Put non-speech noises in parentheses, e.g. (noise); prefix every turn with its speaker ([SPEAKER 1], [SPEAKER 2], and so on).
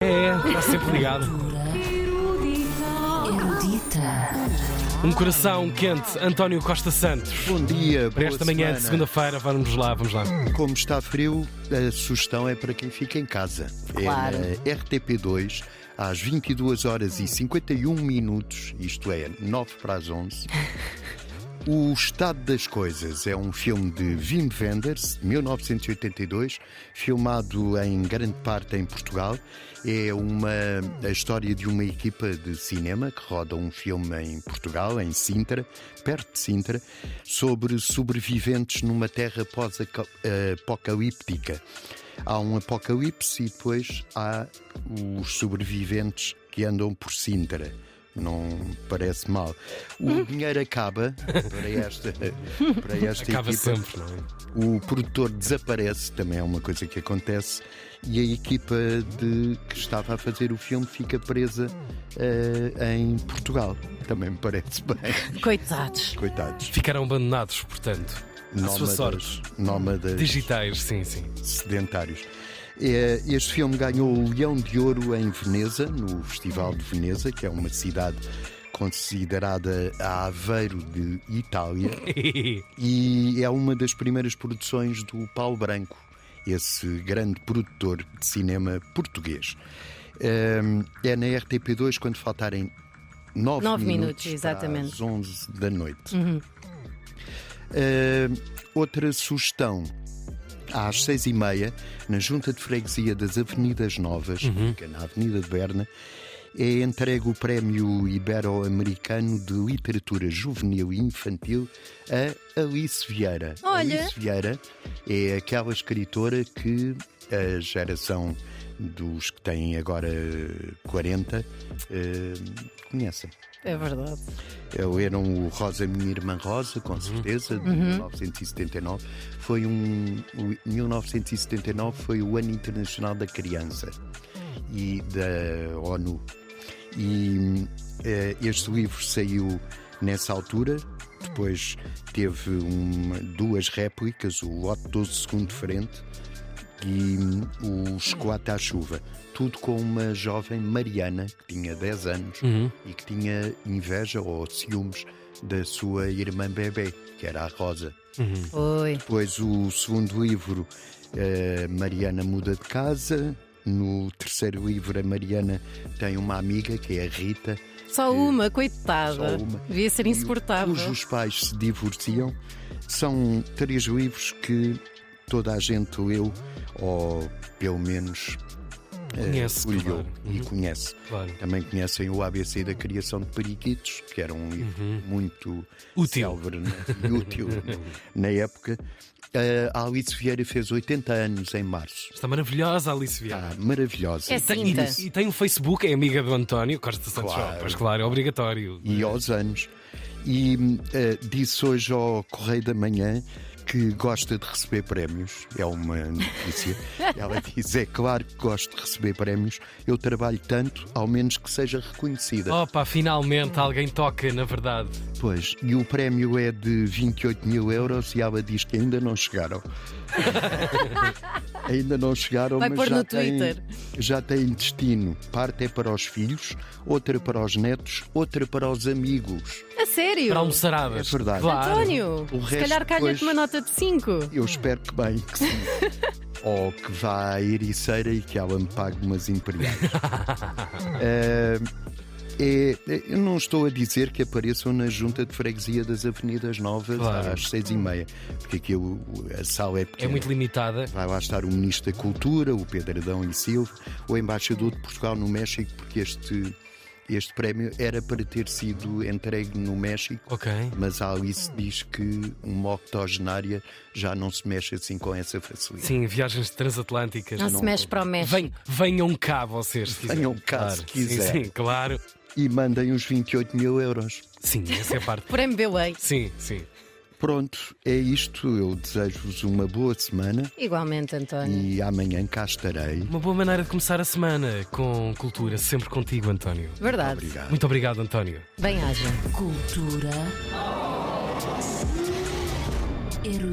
[SPEAKER 1] Está É, tá sempre ligado.
[SPEAKER 2] Erudita.
[SPEAKER 1] Um coração quente, António Costa Santos.
[SPEAKER 3] Bom dia,
[SPEAKER 1] Para
[SPEAKER 3] boa
[SPEAKER 1] esta manhã de
[SPEAKER 3] semana.
[SPEAKER 1] segunda-feira, vamos lá, vamos lá.
[SPEAKER 3] Como está frio, a sugestão é para quem fica em casa.
[SPEAKER 2] Claro.
[SPEAKER 3] É na RTP2, às 22 horas e 51 minutos, isto é, 9 para as 11. O Estado das Coisas é um filme de Wim Wenders, de 1982, filmado em grande parte em Portugal. É uma, a história de uma equipa de cinema que roda um filme em Portugal, em Sintra, perto de Sintra, sobre sobreviventes numa terra pós-apocalíptica. Há um apocalipse e depois há os sobreviventes que andam por Sintra. Não parece mal.
[SPEAKER 1] (laughs)
[SPEAKER 3] O dinheiro acaba para esta, para esta
[SPEAKER 1] Acaba
[SPEAKER 3] equipa.
[SPEAKER 1] sempre, não é?
[SPEAKER 3] O produtor desaparece, também é uma coisa que acontece, e a equipa de, que estava a fazer o filme fica presa eh, em Portugal. Também me parece bem. (laughs)
[SPEAKER 2] Coitados.
[SPEAKER 3] Coitados.
[SPEAKER 1] Ficaram abandonados, portanto, à sua sorte.
[SPEAKER 3] nómadas
[SPEAKER 1] Digitais, sim, sim. (laughs)
[SPEAKER 3] sedentários. Eh, Este filme ganhou o Leão de Ouro em Veneza, no Festival de Veneza, que é uma cidade considerada a Aveiro de
[SPEAKER 2] (laughs)
[SPEAKER 3] Itália. e é uma das primeiras produções do Paulo Branco, esse grande produtor de cinema português. Hum, É na RTP2 quando faltarem 9
[SPEAKER 2] Nove minutos,
[SPEAKER 3] minutos,
[SPEAKER 2] exatamente. Uhum.
[SPEAKER 3] às 11 da noite. Hum, outra sugestão. Às seis e meia, na Junta de Freguesia das Avenidas Novas, fica na Avenida de Berna, é entregue o Prémio Ibero-Americano de Literatura Juvenil e Infantil a Alice Vieira.
[SPEAKER 2] Olha!
[SPEAKER 3] Alice Vieira é aquela escritora que a geração dos que têm agora 40 eh, conhecem.
[SPEAKER 2] É verdade.
[SPEAKER 3] Leram o um Rosa Minha Irmã Rosa, com certeza, de 1979. Foi um. o- 1979 foi o Ano Internacional da Criança e da ONU. E eh, este livro saiu nessa altura. Depois teve uma- duas réplicas, o Lote 12 Segundo Frente e hum, o Chocolate à Chuva. Tudo com uma jovem Mariana, que tinha 10 anos e que tinha inveja ou ciúmes da sua irmã bebê, que era a Rosa.
[SPEAKER 2] Foi.
[SPEAKER 3] Depois, o segundo livro, eh, Mariana muda de casa. No terceiro livro, a Mariana tem uma amiga, que é a Rita,
[SPEAKER 2] Só uma, coitada.
[SPEAKER 3] Só uma.
[SPEAKER 2] Devia ser
[SPEAKER 3] e
[SPEAKER 2] insuportável.
[SPEAKER 3] cujos pais se divorciam. São três livros que toda a gente leu, ou pelo menos
[SPEAKER 1] Conhece,
[SPEAKER 3] olhou
[SPEAKER 1] claro. Uhum.
[SPEAKER 3] e conhece.
[SPEAKER 1] Claro.
[SPEAKER 3] Também conhecem o ABC da criação de periquitos, que era um livro muito
[SPEAKER 1] Uhum. Útil. (laughs)
[SPEAKER 3] célebre né? e útil na época. Eh, a Alice Vieira fez 80 anos em março.
[SPEAKER 1] Está maravilhosa a Alice Vieira.
[SPEAKER 3] Está maravilhosa.
[SPEAKER 2] É
[SPEAKER 1] Tem-
[SPEAKER 2] Cinta.
[SPEAKER 1] e, e tem um Facebook, é amiga do António Costa Santos.
[SPEAKER 3] Claro.
[SPEAKER 1] Pois claro, é obrigatório.
[SPEAKER 3] e
[SPEAKER 2] Uhum.
[SPEAKER 3] aos anos. E eh, disse hoje ao Correio da Manhã que gosta de receber prémios. É uma notícia.
[SPEAKER 2] (laughs)
[SPEAKER 3] Ela diz: é claro que gosto de receber prémios. Eu trabalho tanto, ao menos que seja reconhecida.
[SPEAKER 2] Oh.
[SPEAKER 1] Opa, finalmente alguém toca, na verdade.
[SPEAKER 3] Pois, e o prémio é de 28 mil euros e ela diz que ainda não
[SPEAKER 2] (laughs)
[SPEAKER 3] chegaram. ainda não chegaram,
[SPEAKER 2] Vai
[SPEAKER 3] mas
[SPEAKER 2] pôr
[SPEAKER 3] já
[SPEAKER 2] no
[SPEAKER 3] tem,
[SPEAKER 2] Twitter.
[SPEAKER 3] já tem destino. Parte é para os filhos, outra para os netos, outra para os amigos.
[SPEAKER 2] A sério?
[SPEAKER 1] Para almoçaradas.
[SPEAKER 3] É verdade.
[SPEAKER 1] Claro.
[SPEAKER 2] António,
[SPEAKER 3] O
[SPEAKER 2] se
[SPEAKER 3] resto
[SPEAKER 2] calhar calha-te
[SPEAKER 3] depois-
[SPEAKER 2] uma nota de 5.
[SPEAKER 3] Eu espero que bem,
[SPEAKER 1] (laughs)
[SPEAKER 3] que sim. Ou que vá à Ericeira e que ela me pague
[SPEAKER 1] (laughs)
[SPEAKER 3] umas empregadas. Ah, é- é- eu não estou a dizer que apareçam na junta de freguesia das Avenidas Novas
[SPEAKER 1] Claro.
[SPEAKER 3] às seis e meia, porque aqui o- a sala é
[SPEAKER 1] É
[SPEAKER 3] pequena.
[SPEAKER 1] muito limitada.
[SPEAKER 3] Vai lá estar o Ministro da Cultura, o Pedro Adão e Silva, o Embaixador de Portugal no México, porque este, este prémio era para ter sido entregue no México
[SPEAKER 1] Ok.
[SPEAKER 3] mas a Alice diz que uma octogenária já não se mexe assim com essa facilidade.
[SPEAKER 1] Sim, viagens transatlânticas.
[SPEAKER 2] Não se mexe para o México.
[SPEAKER 1] Ven- venham cá vocês, se quiserem.
[SPEAKER 3] Venham cá,
[SPEAKER 1] Claro.
[SPEAKER 3] se quiser.
[SPEAKER 1] Sim, sim, claro.
[SPEAKER 3] E mandem os 28 mil euros.
[SPEAKER 1] Sim, essa é a parte.
[SPEAKER 2] Por MBA.
[SPEAKER 1] Sim, sim.
[SPEAKER 3] Pronto, é isto. Eu desejo-vos uma boa semana
[SPEAKER 2] Igualmente, António.
[SPEAKER 3] e amanhã cá estarei.
[SPEAKER 1] Uma boa maneira de começar a semana com cultura, sempre contigo, António.
[SPEAKER 2] Verdade.
[SPEAKER 3] Obrigado.
[SPEAKER 1] Muito obrigado, António.
[SPEAKER 2] Bem haja.
[SPEAKER 4] Cultura. Erudita.